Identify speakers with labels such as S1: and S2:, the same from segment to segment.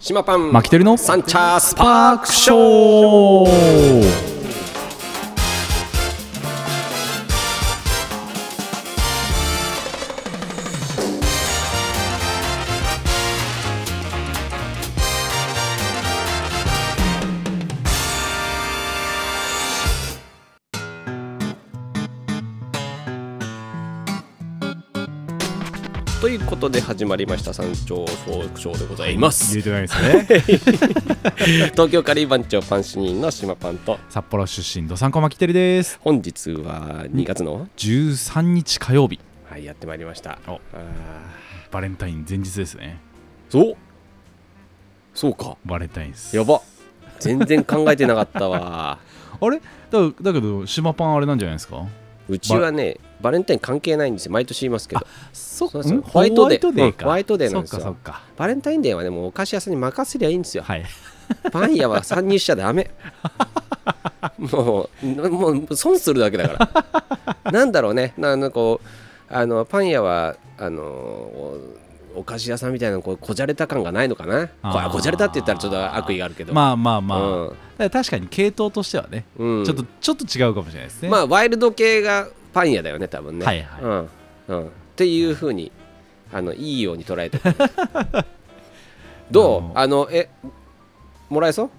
S1: 島パン
S2: マキテルの
S1: サンチャースパ
S2: パ
S1: ー
S2: ー
S1: ク
S2: ク
S1: シ
S2: シ
S1: ョー
S2: ョー
S1: ということで始まりました山頂フォークショーでございます
S2: 言えてないですね
S1: 東京カリー番長パン主任の島パンと
S2: 札幌出身どさんこマキテルです
S1: 本日は2月の、
S2: 13日火曜日
S1: はいやってまいりました
S2: お
S1: あ
S2: バレンタイン前日ですね
S1: ーそうそうか
S2: バレンタインです
S1: やば全然考えてなかった わ
S2: あれだだけど島パンあれなんじゃないですか
S1: うちはねバレンタイン関係ないんですよ毎年言いますけど
S2: そ
S1: そうそうん
S2: ホワイトデー
S1: ホワイトデーか
S2: うんホワイトデーなんです
S1: そ
S2: よ
S1: っ
S2: っか
S1: バレンタインデーはねもうお菓子屋さんに任せりゃいいんですよ
S2: はい
S1: パン屋は参入しちゃダメもうもう損するだけだからなんだろうねななんかこうあのパン屋はあのおお菓子屋さんみたいなこうこじゃれた感がないのかなこ
S2: あー
S1: こじゃれたって言ったらちょっと悪意があるけど
S2: まあまあまあ、
S1: うん
S2: だから確かに系統としてはね、
S1: うん
S2: ちょっとちょっと違うかもしれないですね
S1: まあワイルド系がパン屋だよね多分ね
S2: はいはい
S1: うんうん、っていうふうにあのいいように捉えて どうあのえもらえそう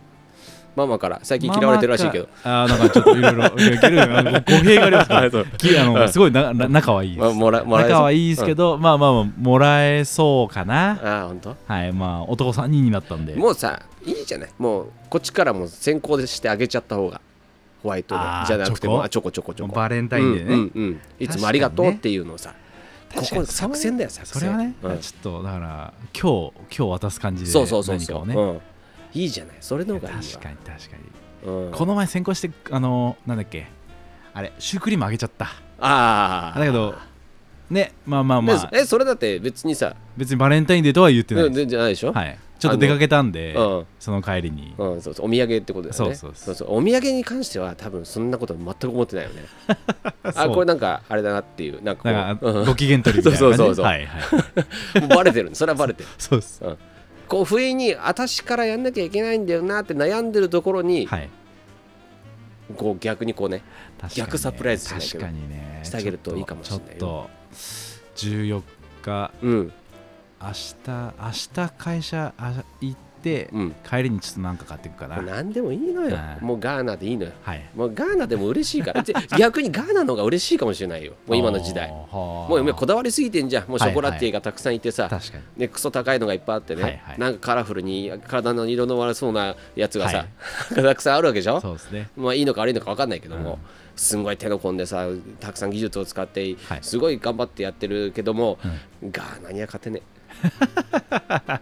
S1: ママから最近嫌われてるらしい けど、
S2: あーなんかちょっといろいろいやいろいろあの語弊があります か
S1: はいそ
S2: らきあ
S1: は
S2: の
S1: い
S2: すごいなな仲はいいで
S1: まあ、
S2: す
S1: もらもらえ
S2: 仲はいいですけ
S1: ど、
S2: ど、まあまあまあもらえそうか
S1: う
S2: な
S1: あ
S2: ん
S1: あ本当
S2: はいまあ男3人になったんで
S1: もうさいいじゃないもうこっちからも先行でしてあげちゃった方がホワイトで
S2: あー
S1: じゃなくても
S2: チョコ
S1: あちょこちょこちょこ
S2: バレンタインデーね
S1: うんうんうんいつもありがとうっていうのをさ、こ
S2: 確か
S1: こ
S2: にそうい
S1: 作
S2: う
S1: 戦だよ作戦
S2: それはね、
S1: うん
S2: ちょっとだから今日今日渡す感じで
S1: そうそうそう
S2: 何か
S1: そう、
S2: をね
S1: うん、いいじゃないそれの方
S2: 確
S1: がいい
S2: か
S1: わ
S2: に確かに、
S1: うん、
S2: この前先行してあのなんだっけあれシュークリームあげちゃった
S1: ああ
S2: だけどねまあまあまあ
S1: えそれだって別にさ
S2: 別にバレンタインデーとは言ってない
S1: 全
S2: です、
S1: 然じゃないでしょ、
S2: はい、ちょっと出かけたんで、
S1: うん
S2: その帰りに、
S1: うん、そうそうお土産ってことだよね
S2: そうそうそう
S1: お土産に関しては多分そんなこと全く思ってないよねあ
S2: そう
S1: これなんかあれだなっていうなんかこう
S2: なんか、
S1: うん
S2: ご機嫌取りみたいな、ね、
S1: そうそうそうそう
S2: はいはい、
S1: もう バレてるそれはバレてる
S2: そうです
S1: こう不意に私からやんなきゃいけないんだよなって悩んでるところに、
S2: はい
S1: こう逆にこうね
S2: 確かにね
S1: 逆サプライズじゃないけど
S2: 確かにね
S1: してあげるといいかもしれないよ
S2: ちょっと14日
S1: うん
S2: 明日明日会社あ行って、
S1: うん
S2: 帰りにちょっと何か買っていくかな、
S1: 何でもいいのよ
S2: はい
S1: もうガーナでいいのよ
S2: はい
S1: もうガーナでも嬉しいから じゃ逆にガーナの方が嬉しいかもしれないよもう今の時代
S2: も
S1: もう今こだわりすぎてんじゃんもうショコラティエがたくさんいてさ、
S2: 確かに
S1: ね、クソ高いのがいっぱいあってね、
S2: はいはい
S1: なんかカラフルに体の色の悪そうなやつがさ、
S2: は
S1: たくさんあるわけでしょ
S2: そうですね
S1: まあいいのか悪いのか分かんないけども、
S2: うん
S1: すんごい手の込んでさたくさん技術を使って
S2: はい
S1: すごい頑張ってやってるけども、ガーナには勝てねえ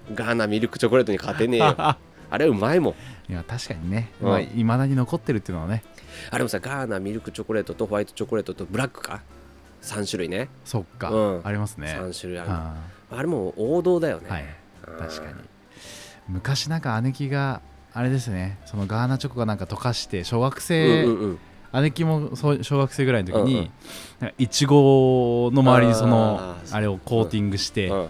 S1: ガーナミルクチョコレートに勝 てねえよあれうまいもん
S2: いや確かにね
S1: うん
S2: まあいまだに残ってるっていうのはね
S1: あれもさガーナミルクチョコレートとホワイトチョコレートとブラックか3種類ね
S2: そっか、
S1: うん
S2: ありますね
S1: 3種類ある、
S2: あ
S1: あれもう王道だよね、
S2: ーはい
S1: うん
S2: 確かに昔なんか姉貴があれですねそのガーナチョコがなんか溶かして小学生、
S1: うんうんうん
S2: 姉貴もそう小学生ぐらいの時
S1: うんう
S2: に
S1: ん
S2: なんかいちごの周りにその
S1: あー
S2: あれをコーティングして
S1: うん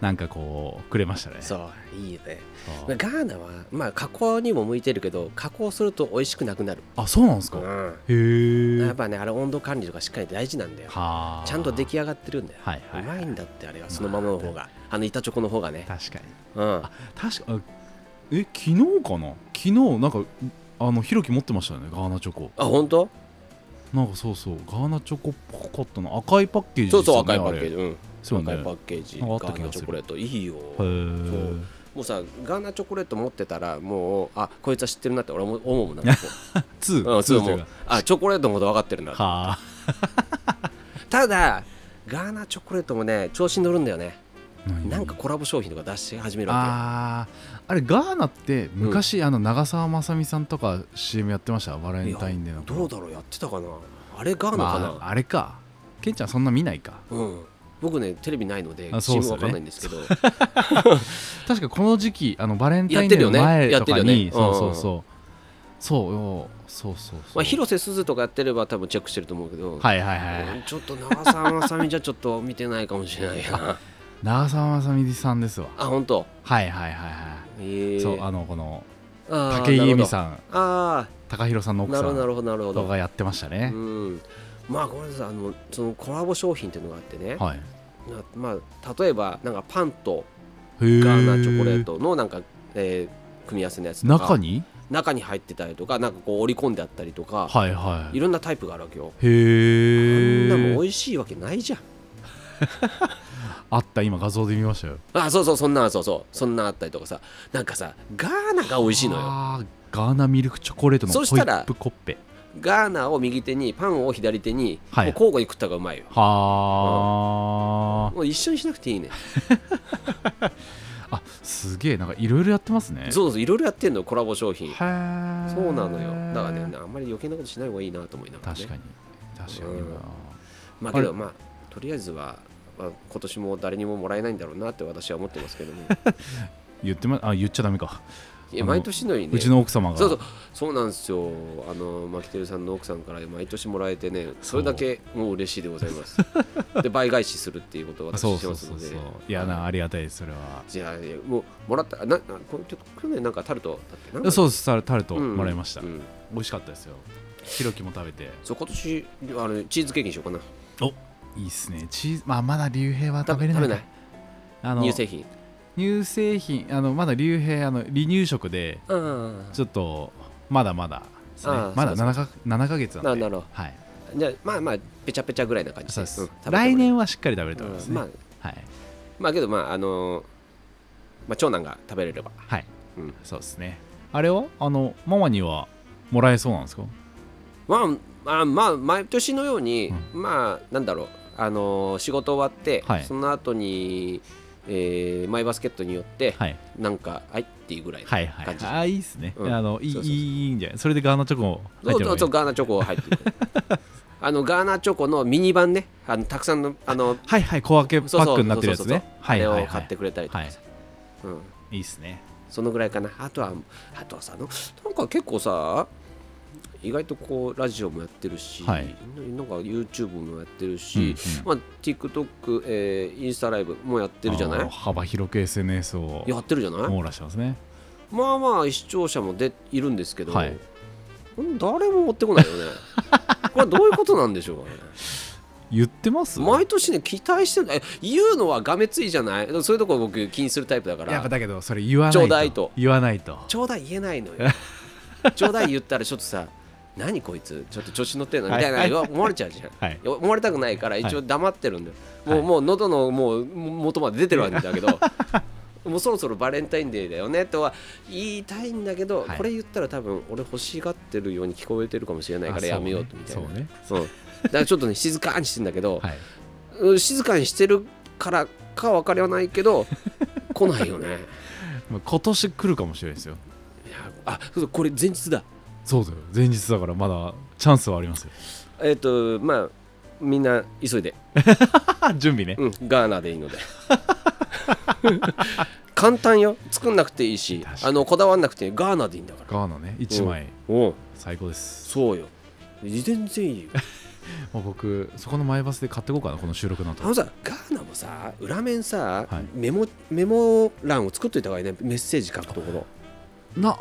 S2: なんかこうくれましたね
S1: そういいよね
S2: そう
S1: ガーナは、まあ、加工にも向いてるけど加工すると美味しくなくなる、
S2: あそうなんですかへ
S1: うん、
S2: え
S1: やっぱねあれ温度管理とかしっかり大事なんだよ
S2: はあ
S1: ちゃんと出来上がってるんだよ、
S2: はいはいう
S1: まいんだってあれはそのままの方があの板チョコの方がね、
S2: 確かに
S1: うん、
S2: 確かあえ昨日かな昨日なんかあのひろき持ってましたよねガーナチョコ
S1: あ本当
S2: なんかそうそうガーナチョコっぽかったな赤いパッケージ
S1: そうそう赤い
S2: あ
S1: パ
S2: れ
S1: ッケージ、うん
S2: そう
S1: 赤
S2: ね
S1: いパッケージ
S2: な
S1: ガ
S2: んかあった気が
S1: ーナ
S2: する
S1: チョコレートいいよ
S2: へえ
S1: もうさガーナチョコレート持ってたらもうあこいつは知ってるなって俺も思うもんなんかこ
S2: ツ
S1: う、う
S2: ー
S1: ん、
S2: ツ
S1: そう
S2: ーと
S1: 思
S2: いう
S1: う
S2: か
S1: あチョコレートのこと分かってるな
S2: はあ
S1: ただガーナチョコレートもね調子に乗るんだよね
S2: 何
S1: なんかコラボ商品とか出し始めるわけよ
S2: あーあれガーナって昔、あの長澤まさみさんとか CM やってましたバレンタインデーの
S1: いやどうだろうやってたかなあれガーナかな、
S2: まあ、あれかケンちゃんそんな見ないか
S1: うん僕ねテレビないので
S2: あそう
S1: チームわ
S2: っすよね
S1: かんないんですけど
S2: 確かこの時期あのバレンタイ
S1: やっ
S2: ン
S1: て
S2: デ
S1: る
S2: ー
S1: よ
S2: の
S1: ね
S2: 前
S1: やっ
S2: と
S1: てるよ
S2: か
S1: ね
S2: に、
S1: うんう
S2: そ
S1: ん
S2: うそうそうそうそうそうそうそう
S1: まあ広瀬すずとかやってれば多分チェックしてると思うけど、
S2: はいはいはい
S1: うんちょっと長澤まさみじゃちょっと見てないかもしれないな
S2: 長澤まさみさんですわ
S1: あ本当
S2: はいはいはいは
S1: え
S2: い、
S1: ー、
S2: そうあのこの
S1: あ
S2: 武井絵美
S1: ん
S2: さん
S1: あ
S2: 高弘さんの
S1: あ
S2: 奥
S1: な
S2: さ
S1: るほどなんるほどなるほ
S2: と
S1: ど
S2: かやってましたね
S1: う、んまあごめんなさいあのそのコラボ商品っていうのがあってね、
S2: はいへ
S1: なまあ、例えばなんかパンと
S2: ー
S1: ガーナチョコレートのなんか、えー組み合わせのやつとか
S2: 中に
S1: 中に入ってたりとかなんかこう織り込んであったりとか、
S2: はいはい
S1: い、ろんなタイプがあるわけよ
S2: へ
S1: あんな
S2: え
S1: もん美味しいわけないじゃん
S2: あった今画像で見ましたよ
S1: あそうそうそんなんそうそうそんなんあったりとかさなんかさガーナが美味しいのよ
S2: あーガーナミルクチョコレートのホイ
S1: そしたら
S2: ップコッペ
S1: ガーナを右手にパンを左手に、
S2: はい
S1: もう交互に食った方がうまいよ
S2: はー
S1: もう一緒にしなくていいね
S2: あすげえなんかいろいろやってますね
S1: そうそういろいろやってんのコラボ商品
S2: はー
S1: そうなのよだからねあんまり余計なことしない方がいいなと思いながら、ね、
S2: 確かに確かに
S1: うん
S2: な
S1: まあけどまあとりあえずは、まあ、今年も誰にももらえないんだろうなって私は思ってますけど も
S2: 言ってまあ言っちゃダメか
S1: い
S2: あ
S1: や
S2: の
S1: 毎年のようにね
S2: うちの奥様が
S1: そうそうそうなんですよあのマキテルさんの奥さんから毎年もらえてねそれだけもう嬉しいでございますで倍返しするっていうことを私
S2: そう
S1: して
S2: そう
S1: ます
S2: そ
S1: の
S2: う
S1: で
S2: そういやなありがたいですそれは
S1: じゃあいやもうもらったななこれちょっと去年なんかタルトだっけなんか
S2: そうですタルタルト
S1: うん
S2: もらいました
S1: うん
S2: 美味しかったですよひろきも食べて
S1: そう今年あのチーズケーキにしようかない
S2: いっすねチーズまあまだ竜兵は
S1: た
S2: 食べれないかあの
S1: 乳製品
S2: 乳製品あのまだ竜兵あの離乳食で
S1: ああ
S2: ちょっとまだまだですね
S1: あー
S2: まだ
S1: そう
S2: 7か7ヶ月な
S1: なんなる
S2: で
S1: ほど
S2: はい
S1: じゃあまあまあペチャペチャぐらいな感じ
S2: そうです
S1: ん食べてもらえ
S2: 来
S1: る
S2: 年はしっかり食べると思います
S1: うんま
S2: ね
S1: あ
S2: はい
S1: まあけどまああのまあ長男が食べれれば
S2: はい
S1: うん
S2: そうですねあれはあのママにはもらえそうなんですか
S1: まあまあまあ毎年のように、まあなんだろうあのー仕事終わって、
S2: はい
S1: その後に、えーマイバスケットによって、
S2: はい
S1: なんかはいっていうぐらいの
S2: はいはい
S1: 感じ
S2: ああいいっすね
S1: うん
S2: あのいい
S1: そうそうそう
S2: いいんじゃないそれでガーナチョコも
S1: そ
S2: 入っ
S1: う
S2: て
S1: そう
S2: も
S1: そうガーナチョコ入 ってるあのガーナチョコのミニ版ねあのたくさんのあの
S2: はいはい小分けパ
S1: そうそ
S2: ッ
S1: う
S2: クになってるやつ
S1: そうそう
S2: ね
S1: そう
S2: はい
S1: あ
S2: は
S1: れ
S2: い
S1: を
S2: は
S1: 買って
S2: い
S1: くれたりとかさ、うん、
S2: いいっすね
S1: そのぐらいかなあとはあとはさあのなんか結構さ意外とこうラジオもやってるし、
S2: はい
S1: なんか YouTube もやってる
S2: うんうん
S1: し、まあ、TikTok、えーインスタライブもやってるじゃな
S2: あー
S1: い
S2: 幅広く SNS を
S1: やってるじゃない
S2: 網羅してますね
S1: まあまあ視聴者もでいるんですけど、
S2: はい
S1: うん誰も持ってこない よねこれはどういうことなんでしょうかね
S2: 言ってます
S1: 毎年ね期待してるえ言うのはがめついじゃないそういうとこ僕気にするタイプだか
S2: やっ
S1: ら
S2: ぱだけどそれ言わない
S1: ちょうだいと
S2: 言わないと
S1: ちょうだい言えない のよ。ちょうだい言ったらちょっとさ、何こいつ、ちょっと調子乗ってんのみたいな
S2: はい
S1: よ思われちゃうじゃん。
S2: はい
S1: よ思われたくないから一応黙ってるんだよ。
S2: はい
S1: もうもう喉のもうも元まで出てるわけだけ ど。もうそろそろバレンタインデーだよねとは言いたいんだけど、
S2: はい
S1: これ言ったら多分俺欲しがってるように聞こえてるかもしれないからやめようとみたいな
S2: そうね
S1: うんだからちょっとね静かにしてんだけど、
S2: そうねはい
S1: うん静かにしてるからか分からないけど来ないよね
S2: まあ今年来るかもしれないですよ
S1: いやあそうそうこれ前日だ
S2: そうだよ前日だからまだチャンスはありますよ
S1: えっ、とまあみんな急いで、
S2: 準備ね
S1: うん、ガーナでいいので 簡単よ作んなくていいし
S2: 確かに
S1: あのこだわんなくていいガーナでいいんだから
S2: ガーナね1枚
S1: おう
S2: 最高です
S1: そうよ全然 いいよ
S2: もう僕そこの前バスで買ってこうかなこの収録の後
S1: あのさガーナもさ裏面さ、
S2: はい
S1: メモメモ欄を作っといた方がいいねメッセージ書くところ
S2: な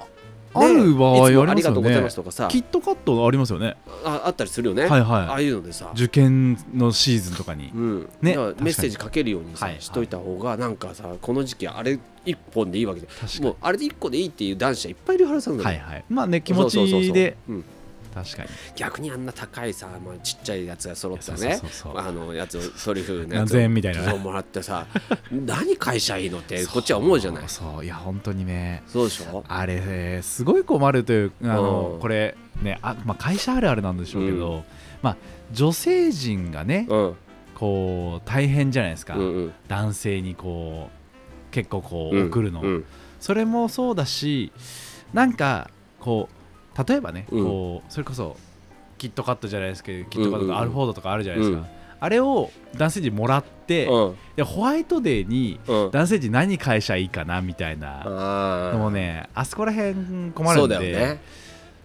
S2: ある場合あ
S1: い
S2: り
S1: つもあ
S2: ま
S1: り
S2: す
S1: がと
S2: よ
S1: うござい
S2: ね
S1: ますとかさ
S2: キットカットありますよね
S1: ああったりするよね、
S2: はい
S1: あ
S2: は
S1: あいうのでさ
S2: い受験のシーズンとかに
S1: うん
S2: ね
S1: だから
S2: 確かに
S1: メッセージ書けるようにさ
S2: はい
S1: しといた方がなんかさこの時期あれ一本でいいわけで
S2: 確か
S1: も
S2: に
S1: うあれで1個でいいっていう男子はいっぱいいるはずなんだよ
S2: はいはいまあね気持ちで
S1: そうそうそうそううん
S2: 確かに
S1: 逆にあんな高いさ、まあ、ちっちゃいやつが揃った
S2: いや
S1: ね
S2: そうそうそうそう
S1: あのやつをトリュフのや
S2: 何
S1: つを
S2: 千円みたいな
S1: そうもらってさ 何会社いいのってこっちは思うじゃない
S2: そうそういや本当にね
S1: そうでしょ
S2: あれえーすごい困るというあの
S1: うん
S2: これねあ、まあ、会社あるあるなんでしょうけど、まあ、女性陣がね
S1: うん
S2: こう大変じゃないですか、
S1: うんうん
S2: 男性にこう結構こ
S1: う
S2: うん送るの、
S1: うん
S2: それもそうだしなんかこう例えばね、
S1: うん
S2: こうそれこそキットカットじゃないですけどキットカット
S1: うんうんう
S2: と
S1: ん
S2: アルフォードとかあるじゃないですか、
S1: うん
S2: あれを男性陣もらって、
S1: うん
S2: でホワイトデーに
S1: うん
S2: 男性陣何会社いいかなみたいな、
S1: あ
S2: でも
S1: あ
S2: ねあそこら辺困るんで
S1: そうだよね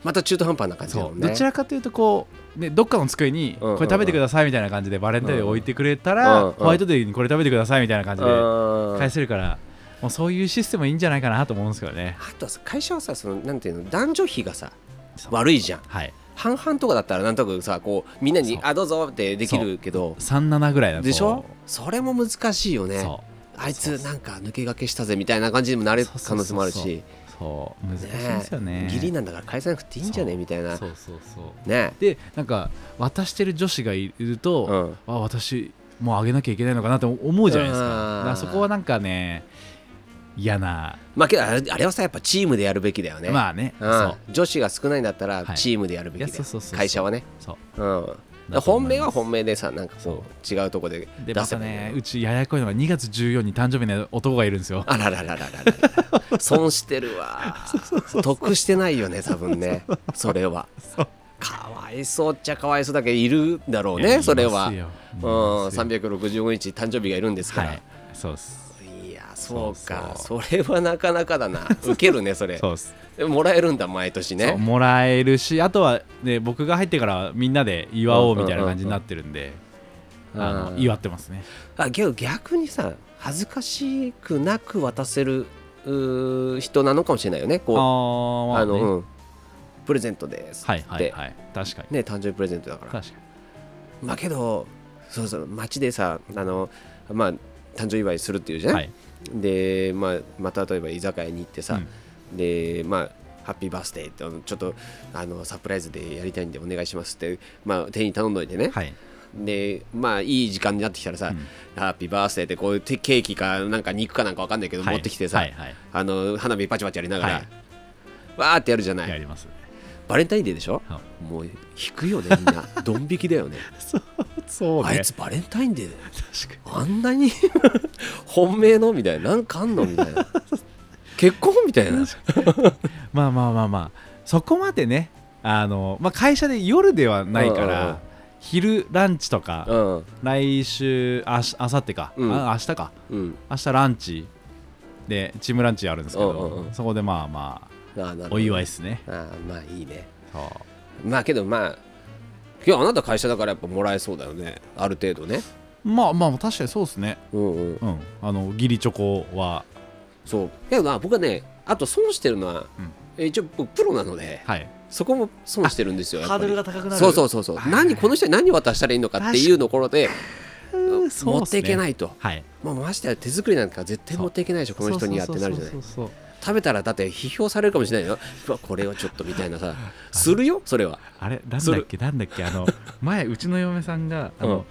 S1: また中途半端な感じだ
S2: そ
S1: もん
S2: う
S1: ね
S2: どちらかというとこう、ね、どっかの机に
S1: うんうんうん
S2: これ食べてくださいみたいな感じでバレンタインで置いてくれた
S1: う
S2: ら、
S1: んうん
S2: ホワイトデーにこれ食べてくださいみたいな感じで
S1: あ
S2: 返
S1: ー
S2: せるから、もうそういうシステムいいんじゃないかなと思うんですけどね。
S1: あとはさ会社はさそのなんていうの男女比がさ
S2: そう
S1: 悪いじゃん
S2: はい、
S1: 半々とかだったらなんとなくさこうみんなに
S2: そう
S1: 「あどうぞ」ってできるけど
S2: 37ぐらいだと
S1: でしょそれも難しいよね
S2: そ
S1: あい
S2: そう
S1: つ
S2: そう
S1: なんか抜け駆けしたぜみたいな感じにもなる
S2: そうそうそうそ
S1: 可能性も
S2: う
S1: あるし
S2: うそう難しい
S1: ね
S2: ですよね
S1: ギリなんだから返さなくていいんじゃね
S2: そう
S1: みたいな
S2: そうそうそう
S1: ね
S2: でなんか渡してる女子がいると、
S1: うん
S2: あ私もうあげなきゃいけないのかなって思うじゃないですか
S1: うん
S2: だからそこはなんかね嫌な、
S1: まあけどあれあれはさやっぱチームでやるべきだよね
S2: まあね、
S1: うん
S2: そう
S1: 女子が少ないんだったら
S2: はい
S1: チームでやるべきだ
S2: いやそ
S1: よ
S2: うそうそうそう
S1: 会社はね
S2: そう
S1: うん
S2: だと思い
S1: 本
S2: ます
S1: 命は本命でさなんかこう違うとこで
S2: で
S1: 出
S2: ま
S1: せ
S2: た
S1: ばいいんだ
S2: ね
S1: よ
S2: うちややこいのが2月14に誕生日の男がいるんですよ
S1: あららららららら損してるわ得してないよね多分ねそれは
S2: そう
S1: かわいそうっちゃかわいそうだけどいるだろう
S2: いやい
S1: ね
S2: ます
S1: それはう
S2: よ
S1: ん
S2: いますよ
S1: 365日誕生日がいるんですか
S2: は
S1: ら、
S2: いそうっす
S1: い、やそうかそ
S2: そ
S1: れはなかなかだなウケるねそれ
S2: そうっす
S1: でももらえるんだ毎年
S2: そう
S1: ね
S2: もらえるしあとは、ね、僕が入ってからみんなで祝おうみたいな感じになってるんで、
S1: うんうんうんうん
S2: あ
S1: う
S2: の
S1: ん
S2: 祝ってますね
S1: あけど逆にさ恥ずかしくなく渡せるうー人なのかもしれないよね
S2: あ
S1: こう
S2: ー、ま
S1: あ
S2: あね、
S1: の、うんプレゼントですって、
S2: はいはいはい確かに
S1: ね誕生日プレゼントだから
S2: 確か
S1: まあけどそうそう街でさあのまあ誕生日祝いするっていうじゃ
S2: に
S1: ん、
S2: はい
S1: で、まあ、また例えば居酒屋に行ってさ、でまあハッピーバースデーってあのちょっとあのサプライズでやりたいんでお願いしますって、まあ、店員に頼んどいてね、
S2: はい
S1: でまあいい時間になってきたらさ、ハッピーバースデーってこういうてケーキかなんか肉かなんかわかんないけど、
S2: はい
S1: 持ってきてさ、
S2: はいはい
S1: あの花火パチパチやりながら、
S2: はい
S1: わーってやるじゃない、
S2: やりますね
S1: バレンタインデーでしょ、
S2: は
S1: もう引くよねみんなドン引きだよね
S2: そうそう
S1: あ
S2: ね
S1: いつバレンタインデー
S2: 確か
S1: あんなに 本命のみたいななんかあんのみたい な結婚みたいな
S2: にまあまあまあまあそこまでねあの、まあ、会社で夜ではないか
S1: うんうんうん
S2: ら昼ランチと
S1: う
S2: か
S1: ん
S2: 来週あしあさってか、
S1: うん
S2: あ明日か
S1: うん
S2: 明日ランチでチームランチやるんですけど、
S1: うんうんうん
S2: そこでまあまあ
S1: あーなるほど
S2: お祝いですね
S1: ああまあいいね
S2: そう
S1: まあけどまあいやあなた会社だからやっぱもらえそうだよねある程度ね
S2: まあまあ確かにそうですね
S1: うんうん
S2: うんあのギリチョコは
S1: そうけどな僕はねあと損してるのは、
S2: うん
S1: え一応僕プロなので
S2: はい
S1: そこも損してるんですよやっぱり
S2: 高く
S1: そうそうそうそう
S2: はい
S1: 何この人に何渡したらいいのかっていうところで
S2: うんそう
S1: 持っていけないいと
S2: はい
S1: もうましてや手作りなんか絶対持っていけないでしょこの人にやってなるじゃない
S2: そうそうそうそう
S1: 食べたらだって批評されるかもしれないようわこれはちょっとみたいなさするよそれは
S2: あれなん
S1: そ
S2: だ
S1: れ
S2: っけなんだっけあ の前うちの嫁さんがあ
S1: うん
S2: の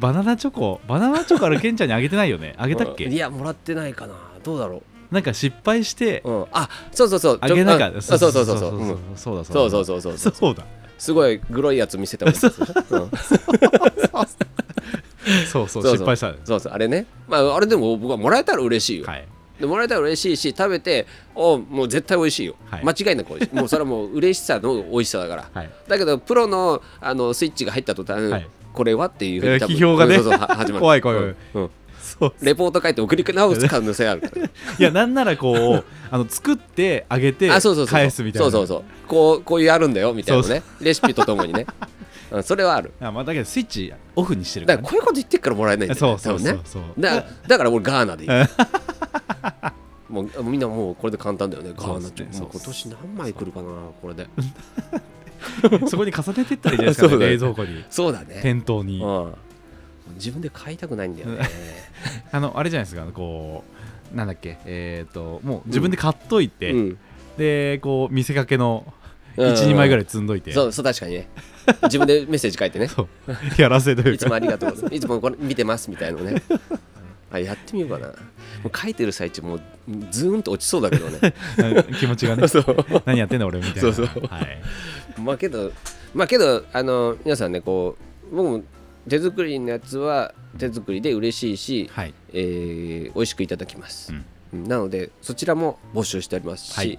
S2: バナナチョコバナナチョコあれケンちゃんにあげてないよねあ
S1: あ
S2: げたっけ
S1: いやもらってないかなどうだろ
S2: なんか失敗して
S1: う、うん、あそうそうそう
S2: あげなかっ
S1: うんあ
S2: た
S1: そうそうそうそうそう
S2: そう
S1: うん
S2: そうだ
S1: そうそう
S2: う
S1: そうそう
S2: だそうだ
S1: すごいグロいやつ見せたもん、うん、そう
S2: そうそう
S1: そう
S2: 失敗したんです
S1: そうあれねまああれでも僕はもらえたら嬉しいよ、
S2: はい
S1: でもらえたら嬉しいし食べておもう絶対美味しいよ、
S2: はい
S1: 間違いなく美味しいもうそれはもう嬉しさの美味しさだから
S2: はい
S1: だけどプロのあのスイッチが入った途端、
S2: はい
S1: これはっていう
S2: えー
S1: 多分
S2: 批評がね
S1: そう そうは始まる
S2: 怖い怖い怖い
S1: うんうん
S2: そう
S1: レポート書いて送り直す可能性あるから
S2: いやなんな らこうあの作ってあげて
S1: あそうそうそう
S2: 返すみたいな
S1: そうそうそうこうこういうあるんだよみたいなね
S2: そ
S1: レシピとともに ね、うん、それはある
S2: あまあだけどスイッチオフにしてるか
S1: だ
S2: ら
S1: からこう
S2: ね
S1: いうこと言ってっからもらえないんだよ
S2: そうそうそう
S1: 多
S2: そう
S1: 分ねだだから俺ガーナでいいもうみんなもうこれで簡単だよねガーナって、
S2: そうですね
S1: もう今年何枚来るかなこれで
S2: そこに重ねてったらいいじゃないです か、
S1: そ
S2: ね、
S1: うだね
S2: 冷蔵庫に
S1: そうだね、
S2: 店頭に
S1: うん、自分で買いたくないんだよね
S2: あのあれじゃないですかあのこうなんだっけえっ、ともう自分で買っといて、
S1: うん
S2: でこう見せかけの
S1: うん
S2: 12枚ぐらい積んどいて、
S1: そうそう確かにね自分でメッセージ書いて ね
S2: そうやらせとい
S1: いうつも
S2: か
S1: ありがとうございますいつもこれ見てますみたいなのねあやってみようかなもう書いてる最中もうズーンと落ちそうだけどね
S2: うん気持ちが ね
S1: そう
S2: 何やってんだ俺みたいな
S1: そうそう
S2: はい、
S1: まあけどまあけどあの皆さんねこう僕も手作りのやつは手作りで嬉しいし、
S2: はい、
S1: えー美味しくいただきます
S2: う、ん
S1: うんなのでそちらも募集しておりますし、
S2: はい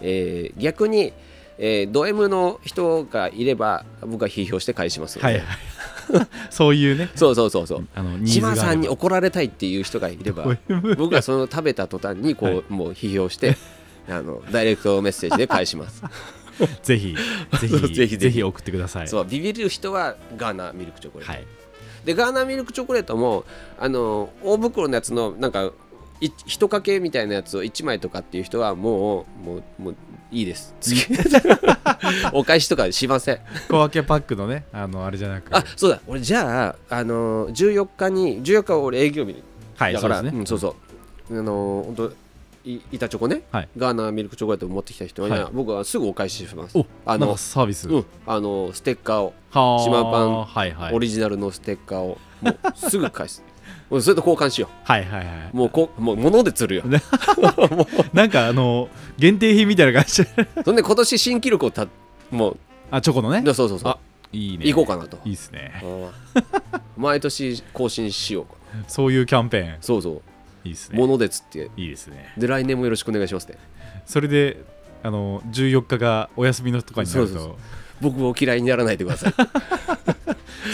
S1: えー逆に、えード M の人がいれば僕は批評して返しますの
S2: は
S1: で、
S2: い そういうね
S1: そうそうそうそう
S2: あのニーズ
S1: 島
S2: があれば
S1: さんに怒られたいっていう人がいれ ば僕がその食べた途端にこう、もう批評してあのダイレクトメッセージで返します
S2: ぜひぜ
S1: そうぜ
S2: ひ
S1: ひぜひ
S2: ぜひ送ってください
S1: そうビビる人はガーナミルクチョコレート、
S2: はい
S1: でガーナミルクチョコレートもあの大袋のやつのなんかい一かけみたいなやつを1枚とかっていう人はもうもうもういいです 次お返しとかしません
S2: 小分けパックのねあのあれじゃなく
S1: あそうだ俺じゃあ、あの14日に14日は俺営業日
S2: はい
S1: だ
S2: そ
S1: か
S2: うで
S1: ら、
S2: すね、
S1: んそうそうあの本当い板チョコね、
S2: はい
S1: ガーナミルクチョコレートを持ってきた人は、
S2: はい
S1: 僕はすぐお返しします
S2: お
S1: あの
S2: なんかサービス、
S1: うん、あのステッカーを
S2: はあ
S1: 島パン
S2: はいはい
S1: オリジナルのステッカーをもうすぐ返す もうそれと交換しよ
S2: はいはいはいう
S1: もうこうもう物で釣るよも
S2: なんかあの限定品みたいな感じ
S1: うそんで今年新記録をたも
S2: あチョコの
S1: う
S2: ね
S1: でそうそうそう
S2: あいいね
S1: 行こうかなと
S2: いいっすね
S1: うん毎年更新しようか
S2: そういうキャンペーン
S1: そうそう
S2: いいっすね
S1: 物で釣って
S2: いいですね
S1: で来年もよろしくお願いしますね
S2: それであの14日がお休みのとかになる
S1: そうそ
S2: と
S1: 僕を嫌いにならないでくださ い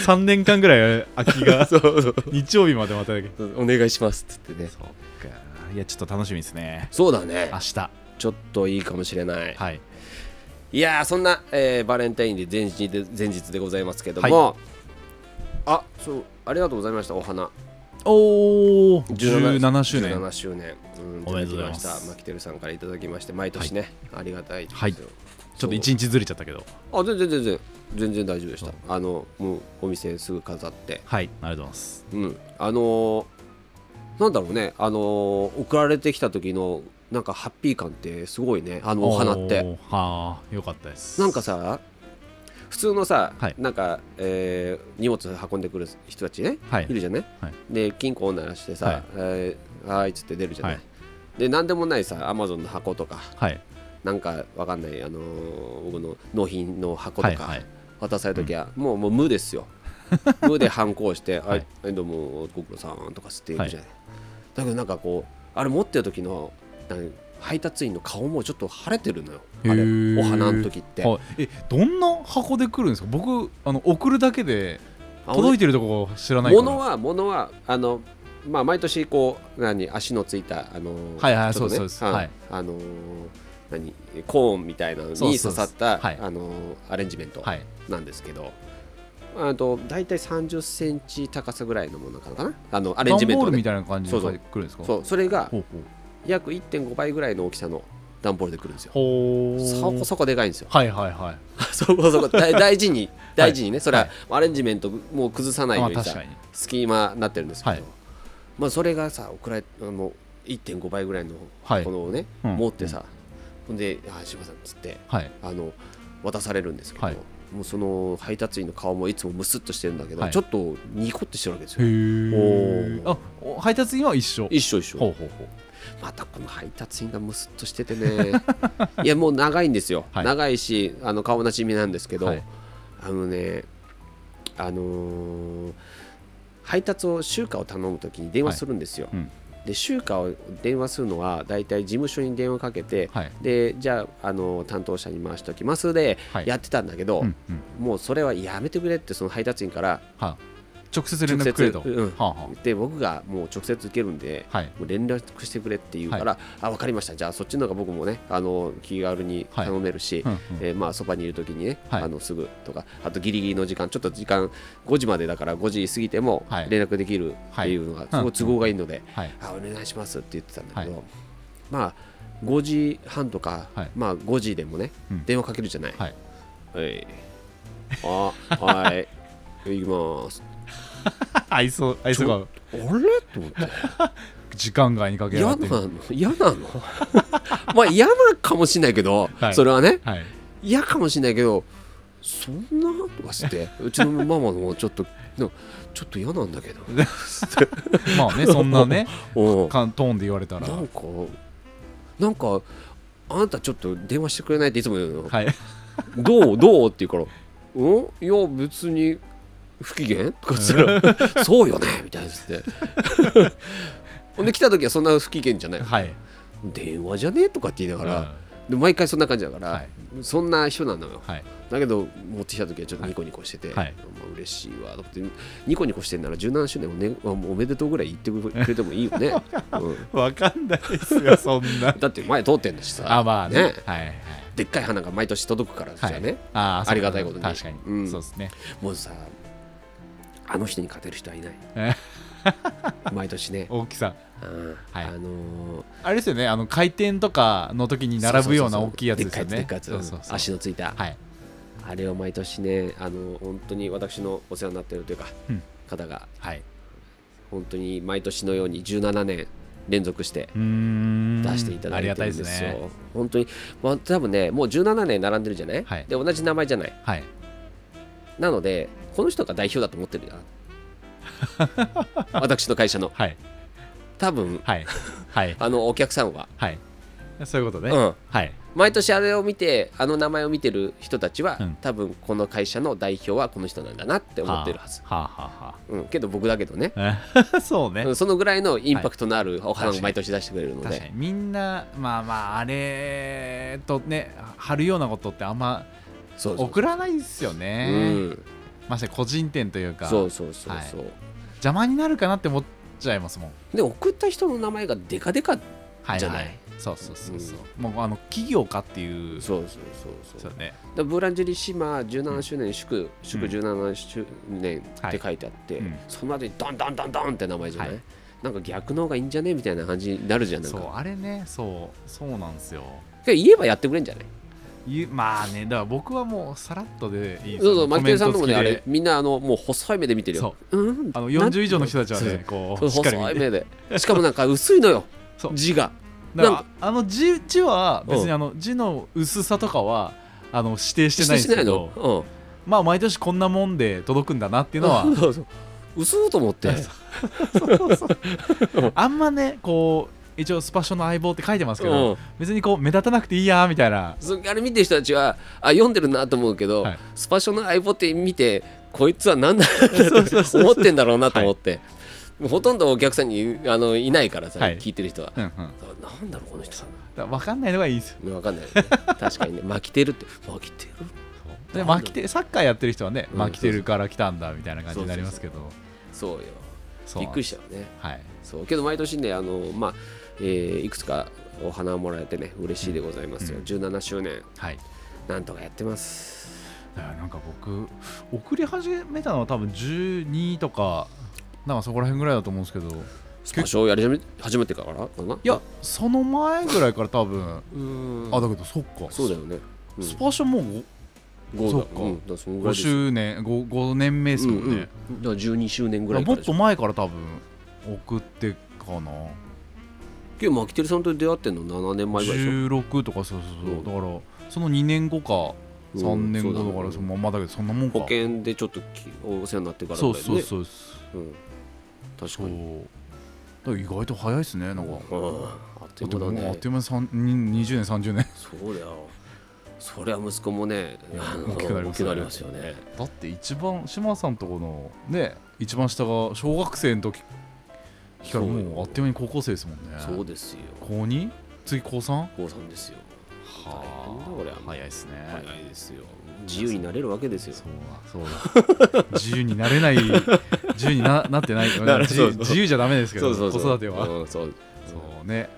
S2: 3年間ぐらい空きが
S1: そうそう
S2: 日曜日までまただけ
S1: お願いしますっつってね
S2: そうかいやちょっと楽しみですね
S1: そうだね
S2: 明日
S1: ちょっといいかもしれない
S2: はい
S1: いやーそんな、えーバレンタインで前日で前日でございますけども、あそうありがとうございましたお花
S2: おお17周年
S1: 17周年、うん、
S2: おめでとうございます
S1: ただきましたマキテルさんからいただきまして毎年ね、ありがたいですよ
S2: はいちょっと一日ずれちゃったけど
S1: あ全然全然全然大丈夫でしたあのもうお店すぐ飾って
S2: はいありがとうございます
S1: うんあのーなんだろうねあのー送られてきた時のなんかハッピー感ってすごいねあのお花って
S2: おーはあよかったです
S1: なんかさ普通のさ、
S2: はい
S1: なんか、えー荷物運んでくる人たちね、
S2: はい
S1: い、るじゃね、
S2: はい
S1: で金庫を鳴らしてさ「
S2: はい
S1: えーはーい」っつって出るじゃない、
S2: はい
S1: で何でもないさアマゾンの箱とか
S2: はい
S1: なんかわかんない、あのー僕の納品の箱
S2: は
S1: と
S2: いは
S1: か
S2: い
S1: 渡されるときは、もうもう無です よ無で反抗して「
S2: は
S1: はいい、はいどうもご苦労さん」とか吸っていくじゃない、だけどなんかこうあれ持ってる時のなん配達員の顔もちょっと晴れてるのよあ
S2: へ
S1: れ
S2: ー
S1: お花の時って
S2: はいえどんな箱で来るんですか僕あの送るだけで
S1: あ
S2: 届いてるとこ知らないから
S1: 物は物はあのまあ毎年こう何足のついたあの
S2: はいはい
S1: ちょっと
S2: そうですそ
S1: ん
S2: うですはい
S1: あの何コーンみたいなのに
S2: そうで
S1: 刺
S2: すそうです
S1: さった
S2: はい
S1: あのアレンジメント
S2: はい
S1: なんですけど、あと大体三十センチ高さぐらいのものかなあのア
S2: ア
S1: レンジメン
S2: ボー
S1: ト
S2: ルみ
S1: で
S2: たいな感じで
S1: そう
S2: 来
S1: そう
S2: るんですか
S1: そうそれが
S2: ほうほう
S1: 約1.5倍ぐらいの大きさの段ボールで来るんですよ。
S2: ほー
S1: そこそこでかいんですよ。
S2: はいはいはい
S1: そこそこ大大事に大事にね、それはアレンジメントもう崩さない
S2: ま
S1: よ
S2: あ
S1: うに
S2: 確
S1: さ
S2: かに
S1: 隙間になってるんですけど、
S2: はい
S1: まあ、それがさ送られあの1.5倍ぐらいの
S2: はい
S1: このをね、
S2: うん
S1: 持ってさ、ほんで「あ柴さん」っつって
S2: はい
S1: あの渡されるんですけど、
S2: はい
S1: もうその配達員の顔もいつもムスッとしてるんだけど、
S2: はい
S1: ちょっとニコッとしてるわけです
S2: へ
S1: よ。
S2: え
S1: お
S2: あお配達員は一緒
S1: 一緒一
S2: ほ
S1: 緒
S2: うほうほう
S1: またこの配達員がムスッとしてて ねいやもう長いんですよ、
S2: はい
S1: 長いしあの顔なじみなんですけど、
S2: はい
S1: あのねあのー配達を集荷を頼むときに電話するんですよ、
S2: はいうん
S1: で集荷を電話するのは大体事務所に電話かけて、
S2: はい
S1: でじゃああの担当者に回しておきますで
S2: はい
S1: やってたんだけど、
S2: うんうん
S1: もうそれはやめてくれってその配達員から
S2: は直接連絡くれと、
S1: 直接うん
S2: はあは
S1: 言って僕がもう直接受けるんで
S2: あはい
S1: もう連絡してくれって言うから、あ分かりましたじゃあそっちの方が僕もねあの気軽に頼めるし、
S2: うんうん
S1: えーまあそばにいるときにね、
S2: はい
S1: あのすぐとかあとギリギリの時間ちょっと時間5時までだから5時過ぎても
S2: はい
S1: 連絡できるっていうのがす
S2: う
S1: ご
S2: ん
S1: い都合がいいので、
S2: はい
S1: あお願いしますって言ってたんだけど、
S2: は
S1: まあ5時半とか、
S2: はい
S1: まあ5時でもね、
S2: うん
S1: 電話かけるじゃない、
S2: はい
S1: はい、あはい行きます
S2: 愛想愛想が
S1: あれと思って
S2: 時間外にかけら
S1: 嫌
S2: れ
S1: な
S2: て
S1: の嫌なの まあ嫌なかもしれないけど、
S2: はい
S1: それはね
S2: はい
S1: 嫌かもしれないけどそんなとかしてうちのママもちょっとでもちょっと嫌なんだ けど
S2: まあねそん なね
S1: おう
S2: かんトーンで言われたら
S1: なんかなんかあなたちょっと電話してくれないっていつも言うのよ、
S2: はい
S1: どうどうって言うから「うんいや別に不機嫌?」とか言った ら「そうよね」みたいなやつって ほんで来た時はそんな不機嫌じゃない
S2: はい
S1: 電話じゃねえとかって言いながら、
S2: うん
S1: で毎回そんな感じだから、
S2: はい
S1: そんな人なのよ
S2: はい
S1: だけど持ってきた時はちょっとニコニコしてて、
S2: はいはい
S1: まあ嬉しいわと思ってニコニコしてんなら17周年お,、ね、おめでとうぐらい言ってくれてもいいよ ね、うん
S2: わかんないですよそんな
S1: だって前通ってんだしさ
S2: あまあね
S1: ね
S2: はいはい
S1: でっかい花が毎年届くからですよね、
S2: あーそう
S1: ありがたいことに
S2: 確かに、
S1: うん
S2: そうですね
S1: もうさあの人に勝てる人 はいない
S2: え
S1: 毎年ね、
S2: 大きさ
S1: うん
S2: はい
S1: あのー
S2: あれですよねあの回転とかの時に並ぶような大きいやつですよね
S1: でっかいやつでっかいやつ
S2: そうそうそう
S1: 足のついた、
S2: はい
S1: あれを毎年ねあの本当に私のお世話になっているというか、
S2: うん
S1: 方が
S2: はい
S1: 本当に毎年のように17年連続して
S2: うーん
S1: 出していただいてるんですよ、
S2: ありがたいですね
S1: 本当に、まあ、多分ねもう17年並んでるじゃない、
S2: はい
S1: で同じ名前じゃない
S2: はい
S1: なのでこの人が代表だと思ってる よな私の会社の
S2: はい
S1: 多分
S2: はい はい
S1: あのお客さんは、
S2: はいそういうことね、
S1: うん
S2: はい
S1: 毎年あれを見てあの名前を見てる人たちは、
S2: うん
S1: 多分この会社の代表はこの人なんだなって思ってるはず、
S2: はあは
S1: うん、けど僕だけどね
S2: あはあ そうね
S1: うんそのぐらいのインパクトのあるお花を毎年出してくれるので、
S2: 確かにみんなまあまああれとね貼るようなことってあんま
S1: そうそう
S2: 送らないですよね、
S1: うん、
S2: まして個人店というか
S1: そうそうそうそう、
S2: 邪魔になるかなって思っちゃいますもん
S1: で送った人の名前がデカデカ
S2: はい、はい、
S1: じゃない
S2: そうそうそうそう、もうあの企業かっていう
S1: そうそうそう
S2: そ
S1: そう
S2: うね
S1: だブーランジュリー島17周年祝、祝17周年って書いてあって、
S2: はいうん
S1: その後にドンドンドンドンって名前じゃない、
S2: はい
S1: なんか逆の方がいいんじゃねみたいな感じになるじゃんなん
S2: そ
S1: か
S2: うあれねそうそうなんですよ
S1: けど言えばやってくれんじゃない
S2: ゆまあねだから僕はもうさらっとでいいです
S1: そうそう、マ
S2: コ
S1: キケ
S2: メン
S1: ンさ
S2: ト
S1: んとも
S2: 付き
S1: ね、
S2: で
S1: あれ、みんな、あの、もう細い目で見てるよ。うん
S2: あの40以上の人たちは
S1: そう
S2: ねこ
S1: そうう
S2: しっかり
S1: 細い
S2: 見て
S1: 目で。しかもなんか薄いのよ
S2: そ、う
S1: 字が。
S2: だから
S1: なんか
S2: あの字字は別
S1: う
S2: に
S1: ん
S2: あの字の薄さとかはあの指定してないんで
S1: し
S2: す
S1: てな
S2: け
S1: い
S2: ど
S1: の
S2: まあ毎年こんなもんで届くんだなって
S1: う
S2: い
S1: ん。
S2: うの は
S1: そうそうそう嘘と思って。
S2: あんまねこう一応スパショの相棒って書いてますけど、
S1: うん
S2: 別にこう目立たなくていいやみたいな
S1: そうあれ見てる人たちは、あ、読んでるなと思うけど
S2: はい、
S1: スパショの相棒って見て、こいつは何だ
S2: うそう
S1: って
S2: そう
S1: 思ってんだろうなと思って。ほとんどお客さんにあのいないからさ、
S2: はい
S1: 聞いてる人は。
S2: うんうん、だか
S1: なんだろう、この人さ。
S2: ら分かんないのがいいですよ
S1: わかんないよね。確かにね、 巻きてるって。巻きてる
S2: で巻き手サッカーやってる人はね、
S1: うん
S2: 巻きてるから来たんだみたいな感じになりますけど
S1: そうよ。
S2: そう
S1: びっくりしたよね。
S2: はい
S1: そうけど毎年ねあの、まあえーいくつかお花をもらえてね嬉しいでございますよ、
S2: うん
S1: 17周年
S2: はい
S1: なんとかやってます
S2: だからなんか僕送り始めたのは多分12とかなんかそこら辺ぐらいだと思うんですけど
S1: スパショーやり始め始めてからかない
S2: いやその前ぐらいから多分
S1: うん
S2: あだけどそっか
S1: そうだよね、うん、
S2: スパショもう
S1: 5
S2: そ
S1: だ
S2: うか
S1: うん、だらそのぐら
S2: 5
S1: いです
S2: 周年 5, 5年目ですもんね、
S1: うんうん、だから12周年ぐらいか
S2: も
S1: ら
S2: っ
S1: でしょ
S2: と前から多分送ってかな
S1: けどマキテルさんと出会ってんの7年前ぐらいでしょ
S2: 16とかそうそうそう、
S1: うん
S2: だからその2年後か
S1: うん
S2: 3年後だ
S1: そう
S2: か
S1: だ
S2: ら
S1: ね
S2: そのまんまだけどそんなもんか
S1: 保険でちょっときお世話になってからぐらいう
S2: そ
S1: でね
S2: そうそうです
S1: うん、確か
S2: そう
S1: に
S2: だから意外と早いですねなんか
S1: うんあっという間だ
S2: もうあっ
S1: ね
S2: という間にさんに20年30年
S1: そうだよそりゃ息子もねあの
S2: 大きくなり
S1: 大
S2: ま
S1: きく
S2: すよね
S1: なりますよね
S2: だって一番島さんとこのね一番下が小学生の時から
S1: そう
S2: もうあっという間に高校生ですもんね
S1: そうですよ。
S2: 高 2? 次高 3? は
S1: 高三ですよ。大変だこりゃ
S2: あ早いですね
S1: 早いですよ。自由になれるわけですよ。
S2: そうだそうだ自由になれない自由にななってない
S1: なる
S2: 自
S1: そうそう
S2: 自由じゃダメですけど子育ては、
S1: うんそう。
S2: そうね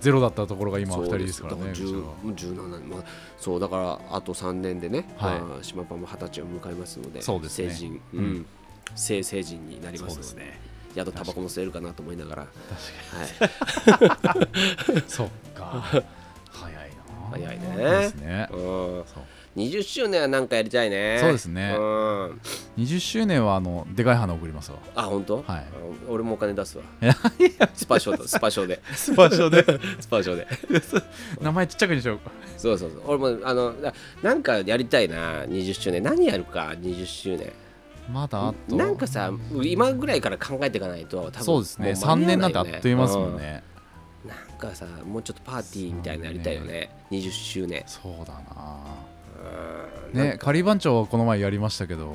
S2: ゼロだったところが今
S1: そ
S2: 2
S1: う
S2: 人ですからね
S1: だ
S2: うち
S1: 十
S2: は
S1: 十七年、まあそうだからあと三年でね、
S2: はい
S1: まあ島パンも二十歳を迎えますので、
S2: そうですね
S1: 成人、
S2: うん
S1: うん、成成人になりますの
S2: そうで
S1: で、
S2: すね
S1: やっとタバコも吸えるかなと思いながら、は
S2: 確
S1: い。
S2: かにそっ か早いな
S1: 早いね
S2: ですね
S1: うん
S2: そう
S1: 20周年はなんかやりたいね。
S2: そうですね
S1: うん
S2: 20周年はあのでかい花送りますわ
S1: あ、本当？
S2: はい
S1: うん俺もお金出すわ。スパショーとスパショーで。
S2: スパショで
S1: スパショーで。
S2: 名前ちっちゃくにしようか
S1: そうそうそう。俺もあのななんかやりたいな、20周年。何やるか、20周年。
S2: まだあと
S1: なんかさ、今ぐらいから考えていかないと、多分
S2: そうですね
S1: も
S2: 3
S1: 間
S2: 年
S1: に合
S2: な
S1: わ
S2: んてあ
S1: よ
S2: っという間ですもん。ね
S1: うんなんかさ、もうちょっとパーティーみたいなのやりたいよね。20周年。
S2: そうだな
S1: うん
S2: ね、仮番長はこの前やりましたけど、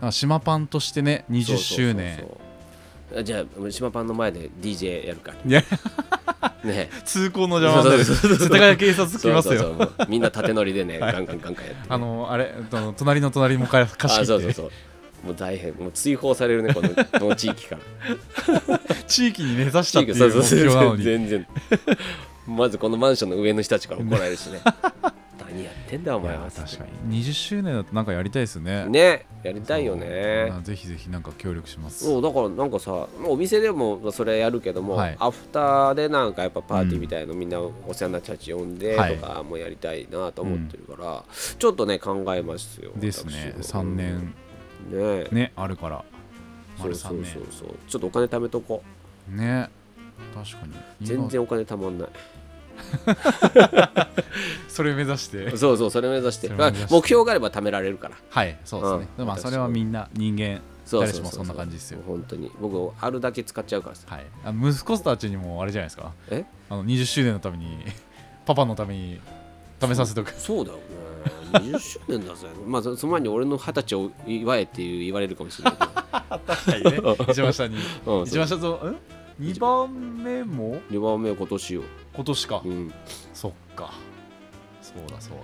S2: なんか島パンとしてね、20周。
S1: そう
S2: 年
S1: そう、そうそうじゃあ、島パンの前で DJ やるか。
S2: いや
S1: ね。
S2: 通行の邪魔になる、
S1: そうそうそうそう
S2: 世田谷警察来ます
S1: そうそう
S2: よ。
S1: そうもうみんな縦乗りで ね、ガンガンガンガンやってね。
S2: あの、あれ、あの隣の隣もか貸し
S1: あ、
S2: 切
S1: そ
S2: っ
S1: う
S2: て
S1: そうそう。もう大変、もう追放されるね、 このこの地域から。
S2: 地域に根ざした
S1: そ
S2: っていう目標なのに、
S1: 全然まずこのマンションの上の人たちから怒られるしね大何やってんだお
S2: い
S1: 前
S2: や
S1: は
S2: 確かに20周年だとなんかやりたいですね
S1: ねやりたいよね
S2: そうぜひぜひなんか協力します
S1: そうだからなんかさお店でもそれやるけども、
S2: はい
S1: アフターでなんかやっぱパーティーみたいの、みんなお世話になった人たち呼んで
S2: はい
S1: とかもやりたいなと思ってるから、ちょっとね考えますよ
S2: ですね3年
S1: 私もね
S2: ねあるから
S1: そう
S2: 丸
S1: そ
S2: 3
S1: う
S2: 年
S1: そうそうちょっとお金貯めとこう
S2: ね確かに今
S1: 全然お金貯まんない
S2: それ目指して
S1: そうそうそれ目指して
S2: それ目指して
S1: 目標があれば貯められるから
S2: はいそうですね、
S1: うん
S2: まあそれはみんな人間
S1: そう
S2: 誰
S1: そう
S2: し
S1: そう
S2: もそんな感じですよ
S1: 本当に僕あるだけ使っちゃうからさ
S2: はいあ息子たちにもあれじゃないですか
S1: え
S2: あの20周年のために パパのために貯めさせとく
S1: そうだよね20周年だぜ まあそその前に俺の二十歳を祝えっていう言われるかもしれないけど
S2: 確かにね 一番下に
S1: うん
S2: 一番下とん2番目も
S1: 2番目は今年よ、
S2: 今年か、
S1: うん、
S2: そっかそうだそう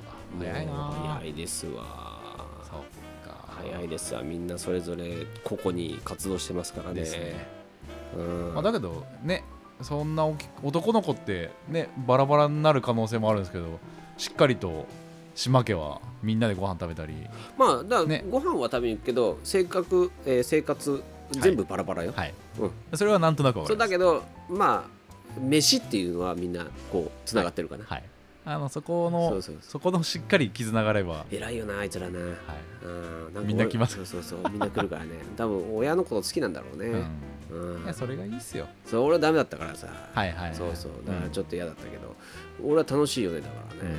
S2: だ早い
S1: もう
S2: な
S1: 早いですわ
S2: そっか
S1: 早いですわみんなそれぞれ個々に活動してますからね
S2: ですね、
S1: うん
S2: まあ、だけどねそんな大きく男の子ってねバラバラになる可能性もあるんですけどしっかりと島家はみんなでご飯食べたり
S1: まあだから
S2: ね
S1: ご飯は食べに行くけど性格、えー生活全部バラバラよ、
S2: はい、
S1: うん
S2: それはなんとなくわか
S1: そう
S2: りま
S1: だ
S2: す
S1: けどまあ飯っていうのはみんなこうつながってるかな、
S2: はい、あのそこ
S1: そ
S2: のそう
S1: そうそ
S2: このしっかり絆があれば、は
S1: う偉いよなあいつらなうんなんか俺
S2: みんな来ます
S1: そうそうそうみんな来るからね 多分親のこと好きなんだろう
S2: い
S1: ね、
S2: うん、
S1: うん
S2: いやそれがいいっすよ
S1: そう俺はダメだったからさ、
S2: はいはい、はい、
S1: そうそうだからち
S2: ょっ
S1: ょっと嫌だったけど、俺は楽しいよねだからね、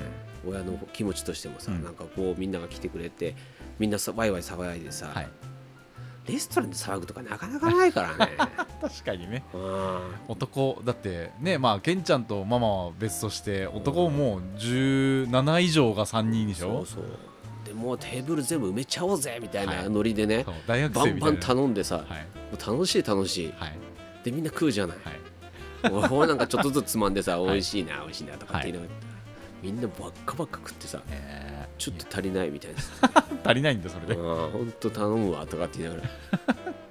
S1: 親の気持ちとしてもさ、
S2: うん
S1: なんかこうみんなが来てくれてみんなさワイワイ騒いでさ、
S2: はい、
S1: レストランで騒ぐとかなかなかないからね
S2: 確かにね
S1: うん
S2: 男だってねまあケンちゃんとママは別として男ももう17以上が3人でし
S1: そ
S2: ょ
S1: うそうでもうテーブル全部埋めちゃおうぜみたい
S2: は
S1: ないノリでね、
S2: そう大学
S1: バ
S2: 生
S1: ン
S2: み
S1: バ
S2: たい
S1: ン
S2: な
S1: 頼んでさ、
S2: はい
S1: もう楽しい楽しい
S2: はい
S1: でみんな食うじゃない、
S2: はい
S1: 俺俺なんかちょっとずつつまんでさ、
S2: はい
S1: 美味しいな美味しいなとかって言いながら、みんなばっかばっか食ってさ
S2: えー
S1: ちょっと足りないみたいなさ
S2: 足りないんだそれ
S1: う
S2: で、
S1: んほんと頼むわとかって言い ながら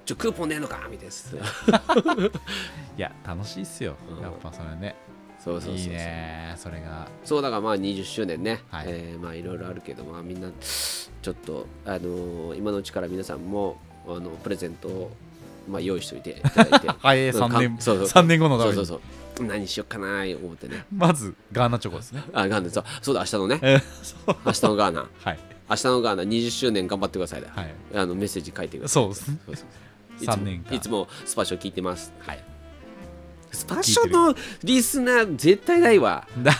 S1: ちょクーポンねえのかみたいなさ
S2: いや楽しいっすよ、
S1: うん
S2: やっぱそれね
S1: そうそうそうそう
S2: いいねそれが
S1: そうだからまあ20周年ね、
S2: はい
S1: えーまあいろいろあるけど、まあ、みんなちょっと、あのー今のうちから皆さんもあのプレゼントを、まあ、用意しておいていた だいて
S2: はい
S1: そう
S2: 3年
S1: かそうそう
S2: 三年後のた
S1: そう
S2: め
S1: そう
S2: に
S1: そう何しよっかなー思ってね
S2: まずガーナチョコですね
S1: あガーナそうそうだ明日のね
S2: えーそう
S1: 明日のガーナ
S2: はい
S1: 明日のガーナ20周年頑張ってくださいだ、
S2: はい
S1: あのメッセージ書いてください
S2: そうですね
S1: そうそうそういつも
S2: 3年間
S1: いつもスパショ聞いてます
S2: はい
S1: スパショのリスナー絶対ないわ
S2: だ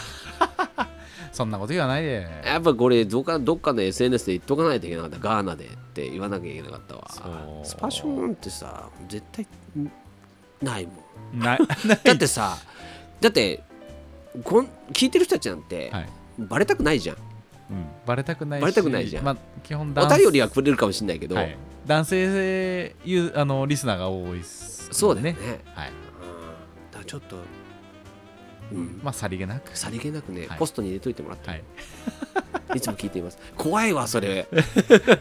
S2: そんなこと言わないで
S1: やっぱこれどっかどっかの SNS で言っとかないといけなかったガーナでって言わなきゃいけなかったわ
S2: そう
S1: スパションってさ絶対んないもん
S2: ない
S1: だってさだってこん聞いてる人たちなんて、
S2: はい
S1: バレたくないじゃん
S2: うん、バレたくないし
S1: バレたくないじゃん
S2: まあ、基本
S1: お
S2: 男性
S1: 便りはくれるかもしれないけど、
S2: はい、男性ゆあのリスナーが多いっす、
S1: そうだよね
S2: はい
S1: うんだからちょっとうん
S2: まあさりげなく
S1: さりげなくね、
S2: はい
S1: ポストに入れといてもらって、
S2: はい
S1: い、つも聞いています怖いわそ れ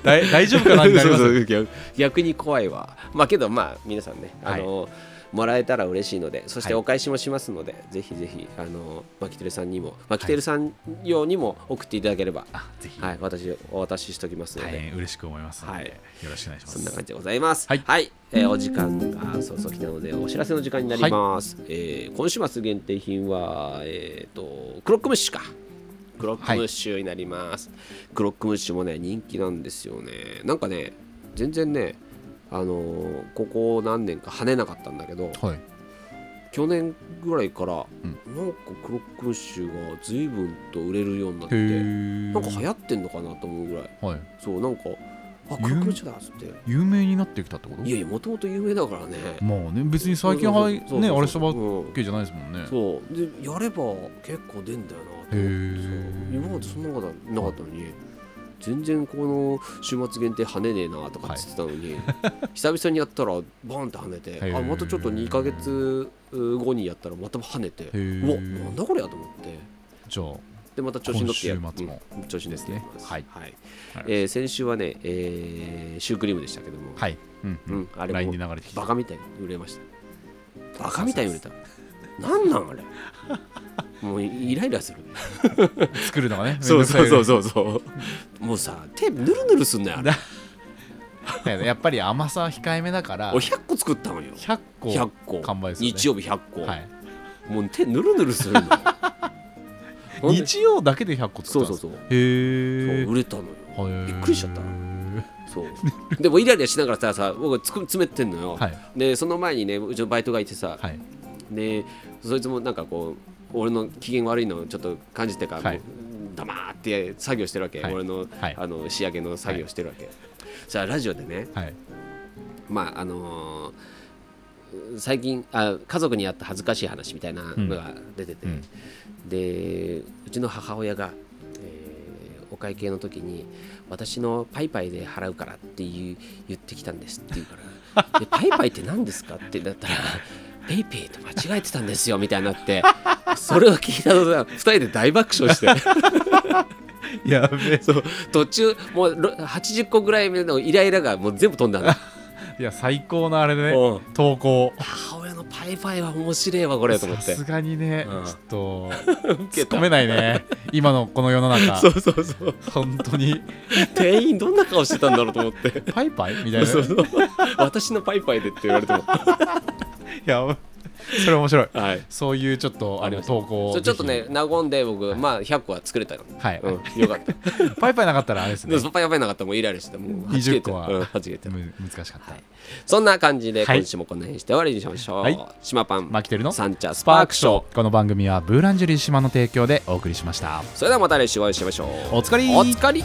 S2: 大 大丈夫かなってなります
S1: そうそう逆逆に怖いわまあけどまあ皆さんねあの、もらえたら嬉しいのでそして
S2: はい
S1: お返しもしますので、ぜひぜひあのマキテルさんにもマキテルさん用にも送っていただければ、
S2: あぜひ、
S1: はい私お渡ししておきますの
S2: 大
S1: で、
S2: 変嬉しく思いますので、
S1: はい
S2: よろしくお願いしま
S1: そ
S2: す
S1: んな感じでございます。
S2: はい
S1: えーお時間がそろそろ来たので、お知らせの時間になります。えー今週末限定品は、えー、とクロックムッシュか。クロックムッシュになります、クロックムッシュもね、人気なんですよね。なんかね、全然ね、あのーここ何年か跳ねなかったんだけど、
S2: はい
S1: 去年ぐらいから、
S2: う
S1: なんかクロックムッシュが随分と売れるようになっ
S2: へ
S1: て、
S2: ー
S1: なんか流行ってんのかなと思うぐらい、
S2: はい
S1: そう、なんか、あ、クロックムッシュだっつって。
S2: 有名になってきたってこと
S1: いやいや、もともと有名だからね。
S2: まあね別に最近
S1: そうそう
S2: は
S1: そうそう
S2: ねあれしたばっ
S1: うん
S2: けじゃないですもんね
S1: そう。で、やれば結構出んだよなと思ってさ
S2: へー
S1: 今までそんなことなかったのに、全然この週末限定跳ねねえなとかっつってたの に、久々にやったら、バーンって跳ね
S2: へ
S1: て、
S2: ー
S1: あ、またちょっと2ヶ月後にやったら、また跳ねて、うわ、
S2: ー
S1: なんだこれやと思って。
S2: じゃあ
S1: で、また調子に乗ってや
S2: 今週末も
S1: うん調子に乗ってやりま。
S2: ですすねはい
S1: えー先週はね、えーシュークリームでしたけども、
S2: はいうんう
S1: うんん、あれも
S2: LINE で流れてき
S1: バ
S2: た
S1: カみたいに売れましたバカみたいに売れたなんなんあれ もうイライラする
S2: 作るのが ね
S1: そうそうそう
S2: う
S1: そうそう もうさ手ぬるぬるすんのよあれ
S2: やっぱり甘さ控えめだから
S1: 俺100個作ったのよ
S2: 100個
S1: 100個
S2: 完売ですよね
S1: 日曜日100個、
S2: はい、
S1: もう手ぬるぬるするのほんで
S2: 日曜だけで100 個
S1: そ
S2: 作
S1: う
S2: ったん
S1: そうそう
S2: です
S1: そう
S2: へえ
S1: 売れたのよ
S2: び
S1: びっくりしちゃった そうでもイライラしながらささ僕つく詰めてんのよ、
S2: はい
S1: でその前にねうちのバイトがいてさ、
S2: はい
S1: でそいつもなんかこう俺の機嫌悪いのをちょっと感じてから、
S2: はい
S1: もう黙って作業してるわけ、
S2: はい
S1: 俺の,、
S2: はい
S1: あの仕上げの作業してるわけ、じゃあラジオでね
S2: はい
S1: まああのー最近あ家族にあった恥ずかしい話みたいなのが出てて、
S2: うん
S1: でうちの母親が、えーお会計の時に私のパイパイで払うからっていう言ってきたんですって言う からでパイパイって何ですかってなったらペイペイと間違えてたんですよみたいになってそれを聞いたのさ2人で大爆笑して
S2: やべえ
S1: そう途中もうろ80個ぐらい目のイライラがもう全部飛んだんだ、
S2: いや最高のあれでね
S1: うん
S2: 投稿
S1: 母親のパイパイは面白いわこれと思
S2: さ
S1: って
S2: すがにね、
S1: うん
S2: ち ょっと
S1: け
S2: 突った込めないね今のこの世の 中
S1: そうそうそう
S2: 本当 に
S1: 店員どんな顔してたんだろうと思って
S2: パイパイみたいな
S1: そうそう私のパイパイでって言われても
S2: やばそれ面白い
S1: はい
S2: そういうちょっとあ
S1: り
S2: の
S1: ました
S2: 投稿を
S1: そうちょっとね
S2: ぜ
S1: 和んで僕、まあ100個は作れたの、
S2: ひはい、
S1: うん、よかった
S2: パイパイなかったらあれですね
S1: でそっぱやばいなかったらもうイライラしてたもうはじけ
S2: 20
S1: て
S2: 個
S1: た
S2: は、
S1: うんはじけてた
S2: む難しかった、
S1: はいそんな感じで
S2: はい
S1: 今週もこの辺にして終わりにしましょう、
S2: はい
S1: 島パン
S2: マキテルの
S1: サンチャス
S2: ス
S1: パー
S2: パー
S1: ク
S2: ク
S1: シ
S2: シ
S1: ョ
S2: ョ
S1: ー
S2: ーこの番組はブーランジュリー島の提供でお送りしました
S1: それではまた来週お会いしましょう
S2: お疲れ
S1: おつかり